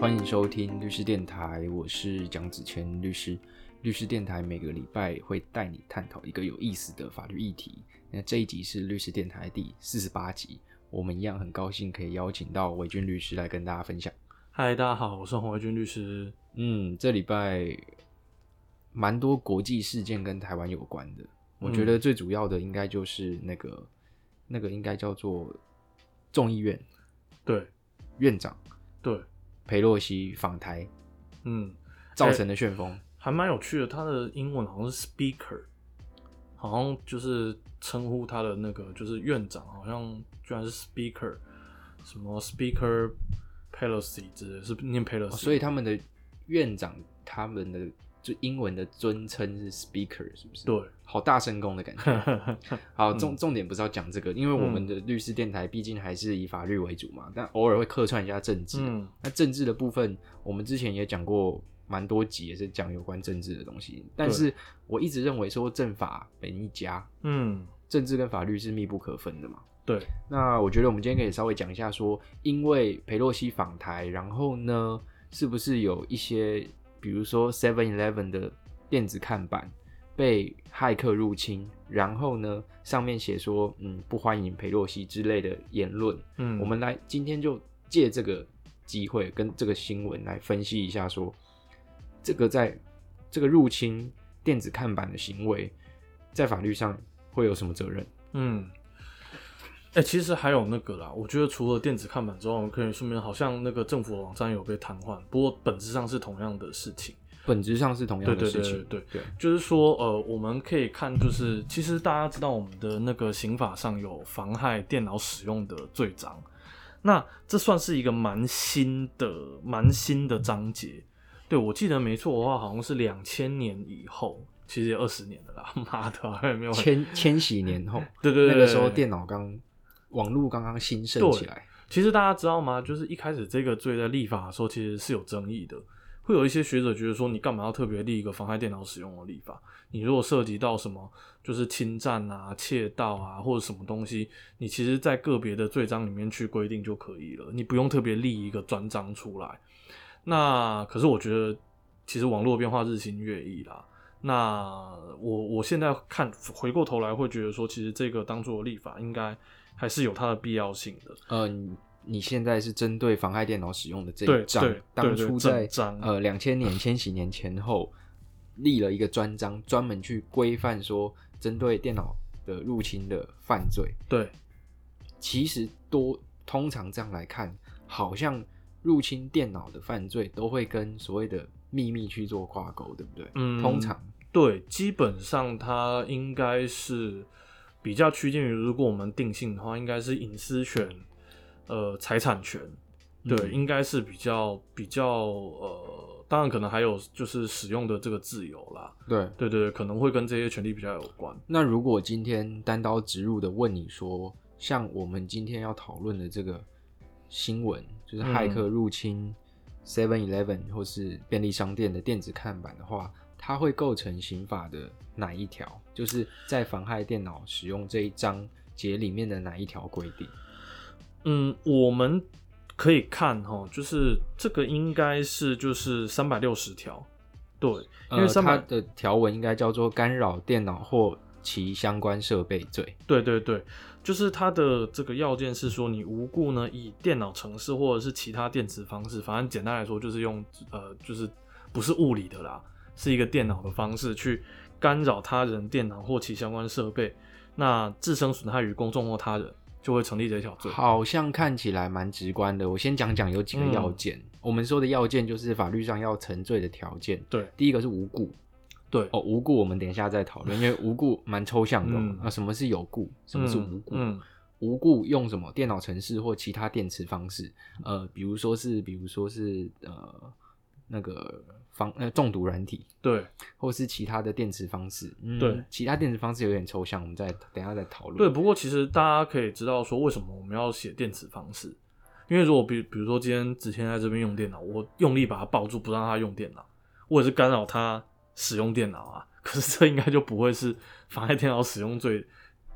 欢迎收听律师电台，我是蒋子谦律师。律师电台每个礼拜会带你探讨一个有意思的法律议题。那这一集是律师电台第四十八集，我们一样很高兴可以邀请到韦俊律师来跟大家分享。嗨，大家好，我是洪维军律师。嗯，这礼拜蛮多国际事件跟台湾有关的，我觉得最主要的应该就是那个、那个应该叫做众议院对院长对，佩洛西访台嗯，造成的旋风。还蛮有趣的。他的英文好像是 speaker，好像就是称呼他的那个就是院长，好像居然是 speaker，什么 speaker Pelosi 之类的，是念 Pelosi，、哦所以他们的院长，他们的就英文的尊称是 speaker，是不是？，对， 嗯好大声公的感觉。好，重重点不是要讲这个，因为我们的律师电台毕竟还是以法律为主嘛，但偶尔会客串一下政治。嗯那政治的部分，我们之前也讲过蛮多集，也是讲有关政治的东西。但是我一直认为说政法本一家，嗯，政治跟法律是密不可分的嘛。对，那我觉得我们今天可以稍微讲一下说，因为佩洛西访台，然后呢，是不是有一些，比如说 Seven Eleven 的电子看板被骇客入侵，然后呢，上面写说，嗯，不欢迎佩洛西之类的言论。嗯，我们来今天就借这个机会跟这个新闻来分析一下说这个在这个入侵电子看板的行为，在法律上会有什么责任？嗯，哎、其实还有那个啦，我觉得除了电子看板之外，我们可以顺便，好像那个政府的网站有被瘫痪，不过本质上是同样的事情。本质上是同样对的对事对情。对对，对，就是说，呃，我们可以看，就是其实大家知道我们的那个刑法上有妨害电脑使用的罪章，那这算是一个蛮新的、蛮新的章节。对我记得没错的话，好像是两千年以后，其实也二十年了啦。 妈的，好像也没有很千千禧年后，对对对那对个时候对电脑刚网络刚刚兴盛对起来，其实大家知道吗？就是一开始这个罪在立法的时候，其实是有争议的，会有一些学者觉得说，你干嘛要特别立一个妨害电脑使用的立法？你如果涉及到什么，就是侵占啊、窃盗啊，或者什么东西，你其实，在个别的罪章里面去规定就可以了，你不用特别立一个专章出来。那可是我觉得，其实网络变化日新月异啦。那我我现在看回过头来会觉得说，其实这个当做立法应该还是有它的必要性的。呃，你你现在是针对妨害电脑使用的这对一章对对，当对初整在章呃两千 年、千禧年前后立了一个专章，专门去规范说针对电脑的入侵的犯罪。对，其实多通常这样来看，好像入侵电脑的犯罪都会跟所谓的秘密去做挂钩，对不对？嗯通常对，基本上它应该是比较趋近于，如果我们定性的话，应该是隐私权、呃财产权，对，嗯应该是比较比较呃，当然可能还有就是使用的这个自由啦，对对对对，可能会跟这些权利比较有关。那如果今天单刀直入的问你说，像我们今天要讨论的这个新闻，就是嗯骇客入侵 Seven Eleven 或是便利商店的电子看板的话，它会构成刑法的哪一条？就是在妨害电脑使用这一章节里面的哪一条规定？嗯，我们可以看哈，就是这个应该是就是三百六十条，对，因为呃三它百、的条文应该叫做干扰电脑或其相关设备罪。对对对，就是它的这个要件是说，你无故呢以电脑程式或者是其他电子方式，反正简单来说就是用呃，就是不是物理的啦，是一个电脑的方式去干扰他人电脑或其相关设备，那自身损害于公众或他人，就会成立这条罪。好像看起来蛮直观的。我先讲讲有几个要件。嗯我们说的要件就是法律上要成罪的条件。对第一个是无故对，哦，无故我们等一下再讨 论，因为无故蛮抽象的、哦嗯啊。什么是有故？什么是无故？嗯，无故用什么电脑程式或其他电池方式？嗯呃，比如说是，比如说是呃那个防呃中毒软体，对或是其他的电池方式。嗯，对，其他电池方式有点抽象，我们再等一下再讨论。对。不过其实大家可以知道说，为什么我们要写电子方式？因为如果比比如说今天子谦在这边用电脑，我用力把他抱住，不让他用电脑，我也是干扰他使用电脑啊。可是这应该就不会是妨碍电脑使用罪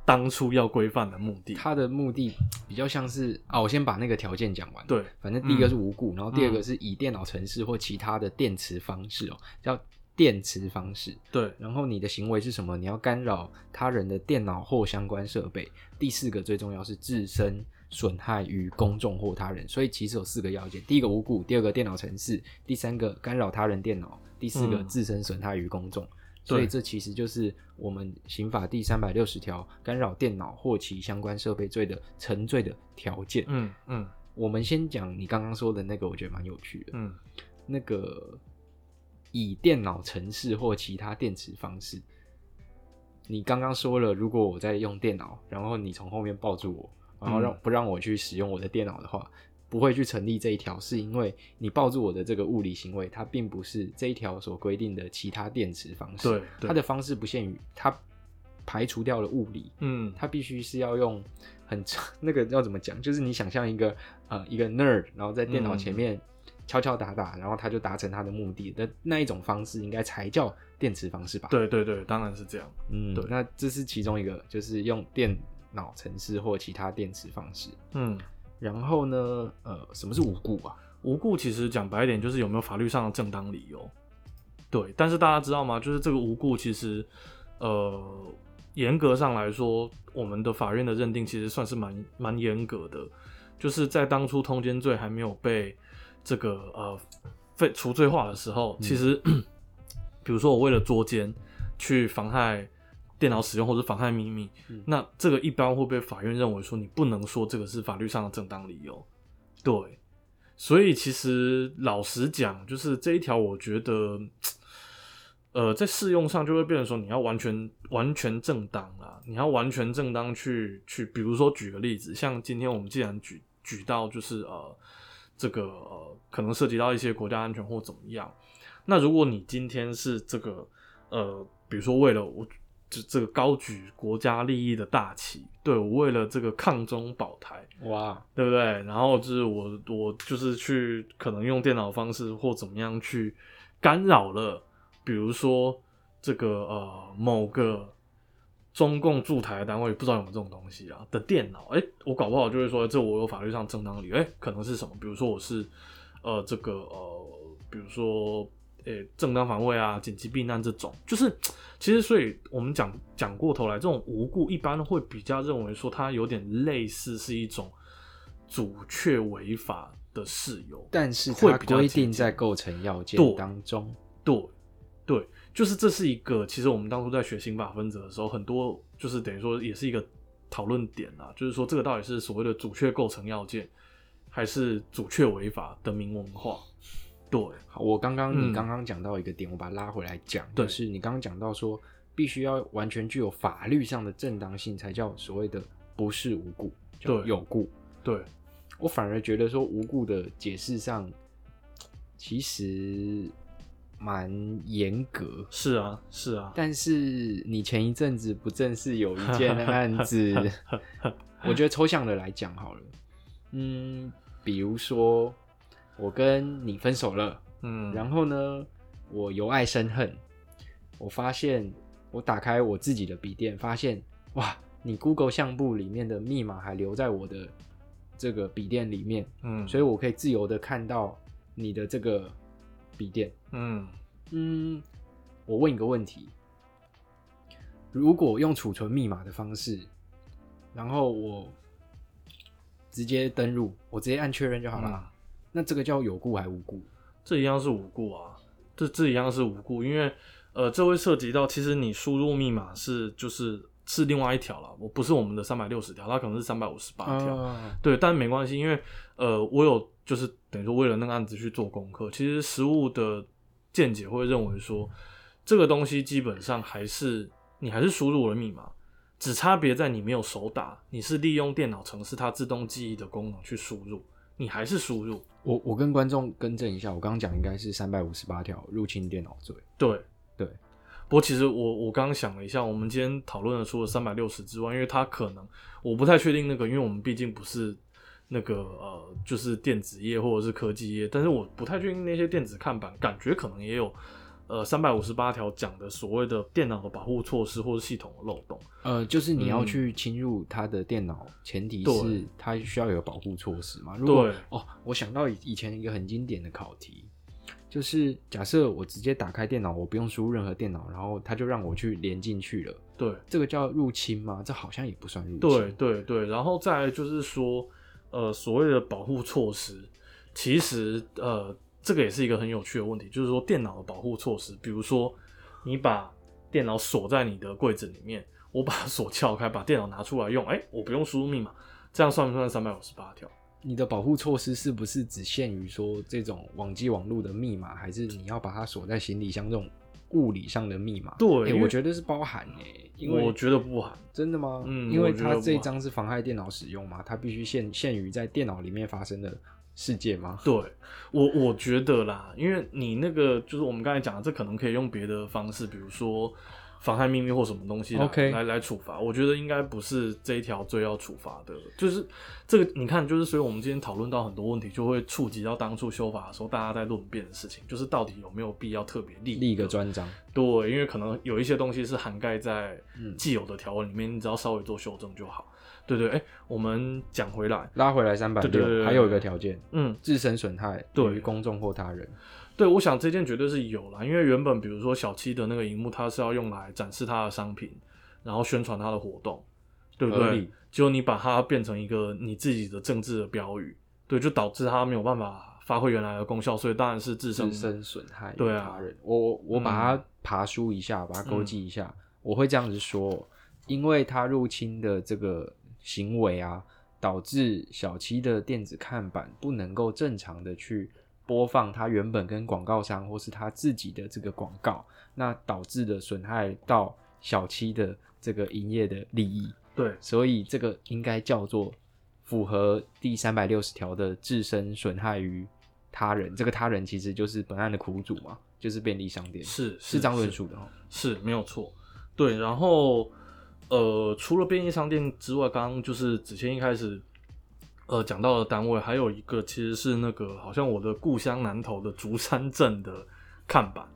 当初要规范的目的。他的目的比较像是啊，我先把那个条件讲完。对，反正第一个是无故，然后第二个是以电脑程式或其他的电池方式哦，叫电池方式。对，然后你的行为是什么？你要干扰他人的电脑或相关设备。第四个最重要是自身损害于公众或他人。所以其实有四个要件：第一个无故，第二个电脑程式，第三个干扰他人电脑，第四个嗯自身损害于公众。所以对这其实就是我们刑法第三百六十条干扰电脑或其相关设备罪的成罪的条件。嗯嗯我们先讲你刚刚说的那个，我觉得蛮有趣的。嗯，那个以电脑程式或其他电池方式。你刚刚说了，如果我在用电脑，然后你从后面抱住我，然后让、嗯不让我去使用我的电脑的话，不会去成立这一条，是因为你抱住我的这个物理行为，它并不是这一条所规定的其他电池方式。对，对它的方式不限于它排除掉了物理，嗯它必须是要用很那个要怎么讲，就是你想象一个呃一个 nerd，然后在电脑嗯前面敲敲打打，然后他就达成他的目的的那一种方式，应该才叫电池方式吧？，对对对，当然是这样。嗯，对那这是其中一个，就是用电脑程式或其他电池方式。嗯，然后呢，呃，什么是无故啊？无故其实讲白一点，就是有没有法律上的正当理由。对，但是大家知道吗？就是这个无故，其实呃，严格上来说，我们的法院的认定其实算是蛮蛮严格的，就是在当初通奸罪还没有被这个呃废除罪化的时候，其实、 比如说我为了捉奸去妨害。电脑使用或者妨害秘密，嗯那这个一般会被法院认为说你不能说这个是法律上的正当理由，对，所以其实老实讲，就是这一条，我觉得，呃，在适用上就会变成说，你要完全完全正当啦，你要完全正当去去，比如说举个例子，像今天我们既然举举到就是呃这个呃可能涉及到一些国家安全或怎么样，那如果你今天是这个呃，比如说为了我这这个高举国家利益的大旗，对我为了这个抗中保台。哇，对不对？然后就是我我就是去可能用电脑方式或怎么样去干扰了，比如说这个呃某个中共驻台单位，不知道有没有这种东西啊的电脑，哎，我搞不好就会说这我有法律上正当理由，哎，可能是什么？比如说我是呃这个呃，比如说。诶，正当防卫啊，紧急避难这种，就是其实，所以我们讲讲过头来，这种无故一般会比较认为说它有点类似是一种阻却违法的事由，但是会它比较规接定近在构成要件对当中，对，对，就是这是一个，其实我们当初在学刑法分则的时候，很多就是等于说也是一个讨论点啊，就是说这个到底是所谓的阻却构成要件，还是阻却违法的明文化？对，好，我刚刚你嗯刚刚讲到一个点，我把它拉回来讲，对就是你刚刚讲到说，必须要完全具有法律上的正当性，才叫所谓的不是无故，叫对有故。对，我反而觉得说无故的解释上，其实蛮严格。是啊，是啊，但是你前一阵子不正是有一 件案子，我觉得抽象的来讲好了，嗯，比如说我跟你分手了。嗯，然后呢，我由爱生恨，我发现我打开我自己的笔电，发现哇，你 Google 相簿里面的密码还留在我的这个笔电里面，嗯，所以我可以自由的看到你的这个笔电。嗯，嗯，我问一个问题：如果用储存密码的方式，然后我直接登录，我直接按确认就好了，嗯那这个叫有故还无故？这一样是无故啊，这这一样是无故，因为呃，这会涉及到其实你输入密码是就是是另外一条了，我不是我们的三百六十条，它可能是三百五十八条，啊对，但没关系，因为呃，我有就是等于说为了那个案子去做功课，其实实务的见解会认为说，这个东西基本上还是你还是输入了密码，只差别在你没有手打，你是利用电脑程式它自动记忆的功能去输入，你还是输入，我我跟观众更正一下，我刚刚讲应该是三百五十八条入侵电脑罪。对对。不过其实我我刚刚想了一下，我们今天讨论的除了三百六十之外，因为它可能我不太确定那个，因为我们毕竟不是那个呃，就是电子业或者是科技业，但是我不太确定那些电子看板，感觉可能也有呃三百五十八条讲的所谓的电脑的保护措施或者系统的漏洞。呃，就是你要嗯去侵入他的电脑，前提对是他需要有保护措施嘛。如果对哦，我想到以以前一个很经典的考题，就是假设我直接打开电脑，我不用输入任何电脑，然后他就让我去连进去了，对这个叫入侵吗？这好像也不算入侵。对对对，然后再来就是说，呃，所谓的保护措施，其实呃，这个也是一个很有趣的问题，就是说电脑的保护措施，比如说你把电脑锁在你的柜子里面，我把锁撬开，把电脑拿出来用，哎、我不用输入密码，这样算不算三百五十八条？你的保护措施是不是只限于说这种网际网络的密码，还是你要把它锁在行李箱这种物理上的密码？对欸因为我觉得是包含诶、因为我觉得不含。真的吗？嗯因为我觉得它这一不张是妨害电脑使用嘛，它必须限限于在电脑里面发生的事件吗？对我，我觉得啦，因为你那个就是我们刚才讲的，这可能可以用别的方式，比如说妨害秘密或什么东西来 OK 来来处罚。我觉得应该不是这一条最要处罚的，就是这个你看，就是所以我们今天讨论到很多问题，就会触及到当初修法的时候大家在论辩的事情，就是到底有没有必要特别立立一个专章，对，因为可能有一些东西是涵盖在嗯既有的条文里面，你只要稍微做修正就好。对对，哎，我们讲回来，拉回来三百对对对六，对还有一个条件，嗯，自身损害对于公众或他人。对，我想这件绝对是有啦，因为原本比如说小七的那个荧幕，它是要用来展示它的商品，然后宣传它的活动，对不合对理？结果你把它变成一个你自己的政治的标语，对，就导致它没有办法发挥原来的功效，所以当然是自身自身损害于对啊嗯他人。我我我把它爬梳一下，把它勾记一下，我会这样子说，因为他入侵的这个行为啊，导致小七的电子看板不能够正常的去播放他原本跟广告商或是他自己的这个广告，那导致的损害到小七的这个营业的利益，对所以这个应该叫做符合第三百六十条的自身损害于他人。这个他人其实就是本案的苦主嘛，就是便利商店，是是这样论述。述的哦。是没有错，对。然后呃，除了便利商店之外，刚刚就是子谦一开始呃讲到的单位，还有一个其实是那个好像我的故乡南投的竹山镇的看板。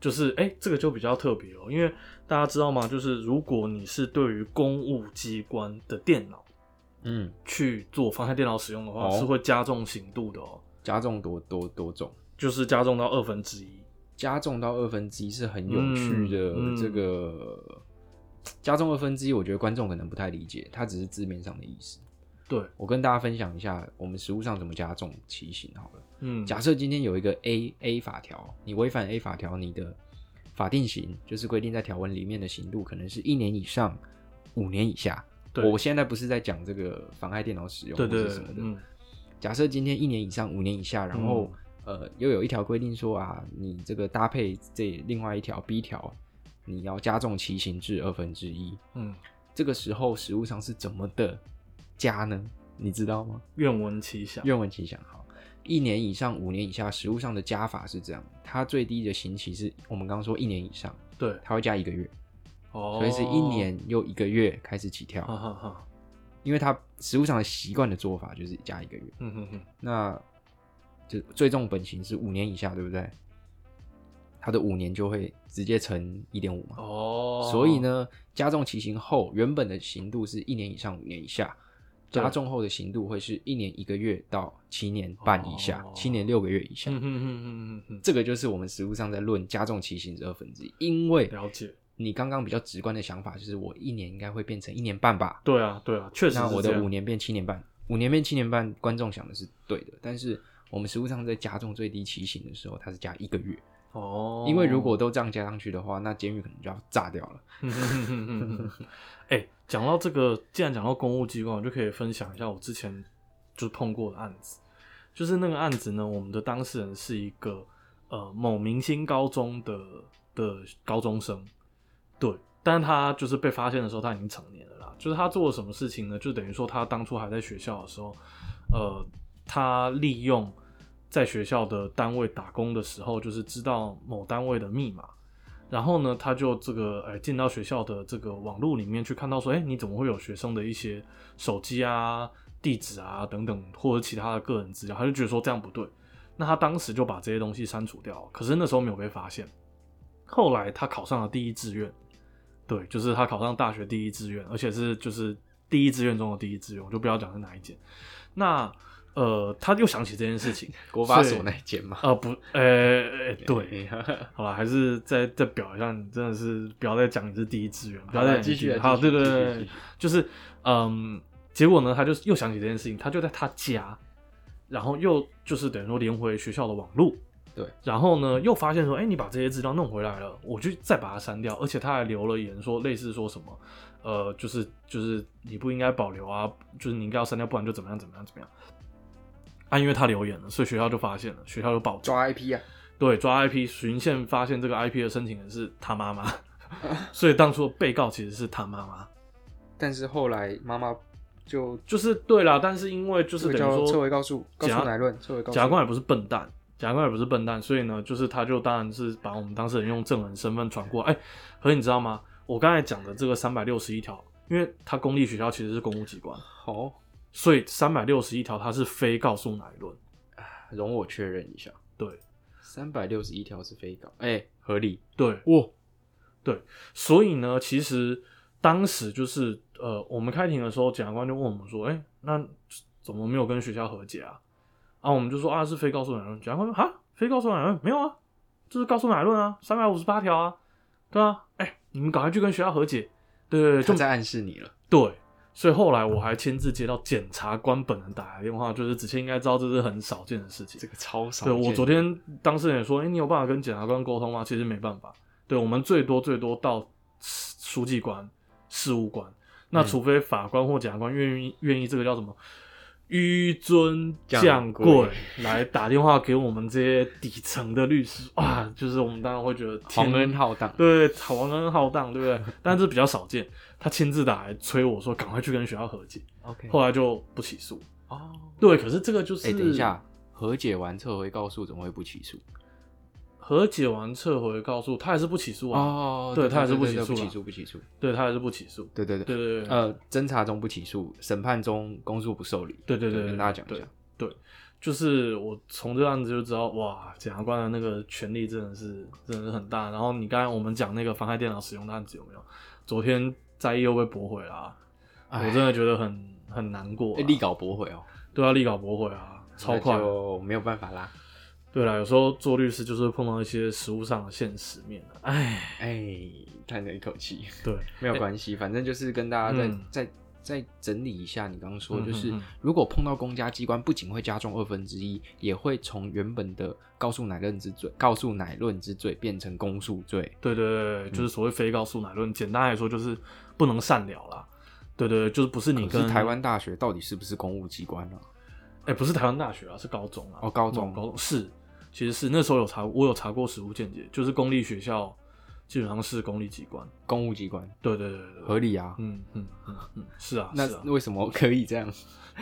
就是哎、这个就比较特别哦，因为大家知道吗？就是如果你是对于公务机关的电脑嗯，去做妨害电脑使用的话，哦是会加重刑度的哦，加重多多多重，就是加重到二分之一。加重到二分之一是很有趣的嗯嗯这个。加重二分之一，我觉得观众可能不太理解，它只是字面上的意思。对，我跟大家分享一下，我们实务上怎么加重骑行好了。嗯，假设今天有一个 A A 法条，你违反 A 法条，你的法定刑就是规定在条文里面的刑度可能是一年以上五年以下。对我现在不是在讲这个妨害电脑使用对或对者对什么，的。嗯，假设今天一年以上五年以下，然后、呃又有一条规定说啊，你这个搭配这另外一条 B 条，你要加重其刑至二分之一。嗯，这个时候实务上是怎么的加呢？你知道吗？愿闻其详。愿闻其详。好，一年以上五年以下，实物上的加法是这样，它最低的刑期是我们刚刚说一年以上，对，它会加一个月，哦，所以是一年又一个月开始起跳，哈哈哈，因为它实物上的习惯的做法就是加一个月。嗯哼哼，那就最重本刑是五年以下，对不对？它的五年就会直接乘一点五嘛。哦，所以，呢，加重其刑后，原本的刑度是一年以上五年以下，对加重后的刑度会是一年一个月到七年半以下哦，七、年六个月以下。嗯哼哼哼哼哼，这个就是我们实务上在论加重其刑是二分之一，因为了解，你刚刚比较直观的想法就是我一年应该会变成一年半吧，对啊，对啊，确实那是我这的样五年变七年半，五年变七年半，观众想的是对的，但是我们实务上在加重最低期刑的时候，它是加一个月，哦，因为如果都这样加上去的话，那监狱可能就要炸掉了。哼哼哼哼哼哼哼， 哎，讲到这个，既然讲到公务机关，我就可以分享一下我之前就是碰过的案子，就是那个案子呢，我们的当事人是一个呃某明星高中的的高中生，对，但是他就是被发现的时候他已经成年了啦，就是他做了什么事情呢？就等于说他当初还在学校的时候，呃，他利用在学校的单位打工的时候，就是知道某单位的密码。然后呢，他就这个哎进到学校的这个网络里面去看到说，哎，你怎么会有学生的一些手机啊、地址啊等等，或者其他的个人资料？他就觉得说这样不对，那他当时就把这些东西删除掉了。可是那时候没有被发现，后来他考上了第一志愿，对，就是他考上大学第一志愿，而且是就是第一志愿中的第一志愿，我就不要讲是哪一间。那呃，他又想起这件事情，国法所所以那一间嘛。呃，不，呃、呃对，好好了，还是再再表一下，你真的是不要再讲你是第一志愿，不要了再讲你继续第一啊，好，继续对对继续对，继对续就是嗯，结果呢，他就又想起这件事情，他就在他家，然后又就是等于说连回学校的网路，对，然后呢又发现说，哎、你把这些资料弄回来了，我就再把它删掉，而且他还留了言说，类似说什么，呃，就是就是你不应该保留啊，就是你应该要删掉，不然就怎么样怎么样怎么样。啊，因为他留言了，所以学校就发现了，学校就报警抓 IP 啊，对，抓 IP 巡线发现这个 IP 的申请人是他妈妈， 所以当初的被告其实是他妈妈。但是后来妈妈就就是对啦，但是因为就是这个等于叫说，撤回告诉告诉检察乃论撤回告诉检察官也不是笨蛋，检察官也不是笨蛋，所以呢，就是他就当然是把我们当事人用证人身份传过来。哎、可是你知道吗？我刚才讲的这个三百六十一条，因为他公立学校其实是公务机关，好，所以三百六十一条它是非告诉乃论。容我确认一下，对三百六十一条是非稿，哎，合理对，哇，所以呢，其实当时就是呃，我们开庭的时候，检察官就问我们说：“哎、那怎么没有跟学校和解啊？”啊，我们就说啊，是非告诉乃论。检察官说：“啊，非告诉乃论没有啊，这是告诉乃论啊，三百五十八条啊，对啊，哎、你们赶快去跟学校和解。”对啊哎对对，就就在暗示你了，对， 所以后来我还亲自接到检察官本人打来的电话，就是子谦应该知道这是很少见的事情这。个超少对见的。我昨天当事人也说，哎、你有办法跟检察官沟通吗？其实没办法，对我们最多最多到书记官、事务官，那嗯除非法官或检察官愿意愿意这个叫什么纡尊降降贵贵来打电话给我们这些底层的律师啊，就是我们当然会觉得皇恩浩。浩荡，对，皇恩浩荡，对不对？但这比较少见。他亲自打来催我说，赶快去跟学校和解。 ，OK，后来就不起诉。哦，对，可是这个就是……哎，等一下，和解完撤回告诉怎么会不起诉？和解完撤回告诉他还是不起诉啊，哦对他还是不不起诉不起啦诉，不起诉，对他还是不起诉，对对对对对对，呃，侦查中不起诉，审判中公诉不受理。对对对对跟大家讲一对下，就是我从这案子就知道，哇，检察官的那个权力真的是真的是很大。然后你刚才我们讲那个妨害电脑使用的案子有没有？昨天在意又被驳回啦、啊哎我真的觉得很很难过、啊哎，立稿驳回哦，对啊，立稿驳回啊，超快那。就没有办法啦。对啦，有时候做律师就是会碰到一些实务上的现实面啊哎，哎，叹了一口气，对， 没有关系，反正就是跟大家再嗯再再整理一下你刚刚说嗯的，就是嗯嗯如果碰到公家机关，不仅会加重二分之一，也会从原本的告诉乃论之罪、告诉乃论之罪变成公诉罪。对对对，嗯对就是所谓非告诉乃论，简单来说就是不能善了啦。对对，对就是不是你可跟是台湾大学到底是不是公务机关啊呢、哎、不是台湾大学啊，是高中啊。哦高中嗯高中是，其实是那时候有查，我有查过实务见解，就是公立学校基本上是公立机关。公务机关对对对对对，合理啊。嗯嗯嗯嗯，是啊，那是啊，为什么可以这样？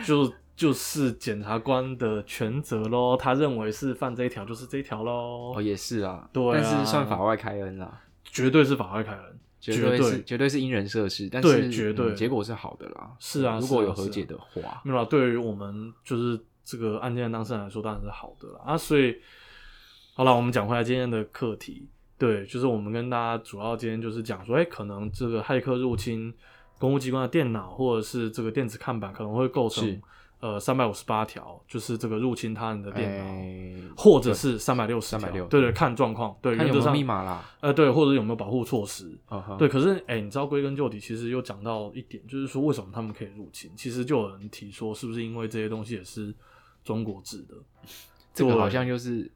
就就是检察官的权责咯，他认为是犯这一条，就是这一条咯，哦，也是啊，对啊但是算法外开恩啦，绝对是法外开恩。绝绝对是绝对是因人设事，但对是绝对嗯结果是好的啦。是啊如是啊果有是啊和解的话，没有啦，对于我们就是这个案件的当事人来说，当然是好的啦。啊，所以好了，我们讲回来今天的课题，对，就是我们跟大家主要今天就是讲说，哎、可能这个骇客入侵公务机关的电脑或者是这个电子看板，可能会构成是呃三百五十八条，就是这个入侵他人的电脑。哎或者是三百六十， 360对对，看状况，对，看有原没则有上密，码啦。呃，对，或者有没有保护措施，嗯哼对，，可是哎、你知道归根究底，其实又讲到一点，就是说为什么他们可以入侵？其实就有人提说，是不是因为这些东西也是中国制的？这个对好像就是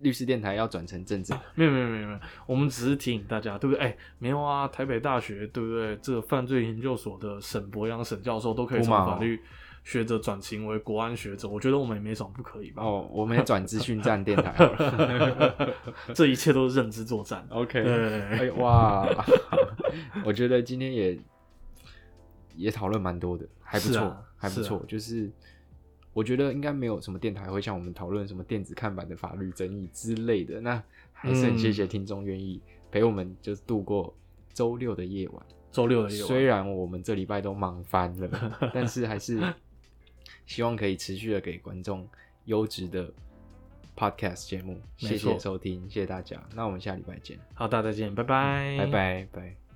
律师电台要转成政治，没有没有没有没有，我们只是提醒大家，对不对？哎、没有啊，台北大学对不对？这个犯罪研究所的沈博洋沈教授都可以不从嘛法律学者转型为国安学者，我觉得我们也没什么不可以吧？哦，我们也转资讯站电台好了。 这一切都是认知作战。 OK，对哎 呦哇，我觉得今天也也讨论蛮多的，还不是错，啊还不是啊错。就是我觉得应该没有什么电台会像我们讨论什么电子看板的法律争议之类的。那还是很谢嗯谢听众愿意陪我们，就是度过周六的夜晚。周六的夜晚，虽然我们这礼拜都忙翻 了，但是还是希望可以持续的给观众优质的 podcast 节目。没谢谢错收听，谢谢大家，那我们下礼拜见，嗯好，大家再见，拜拜，拜拜拜。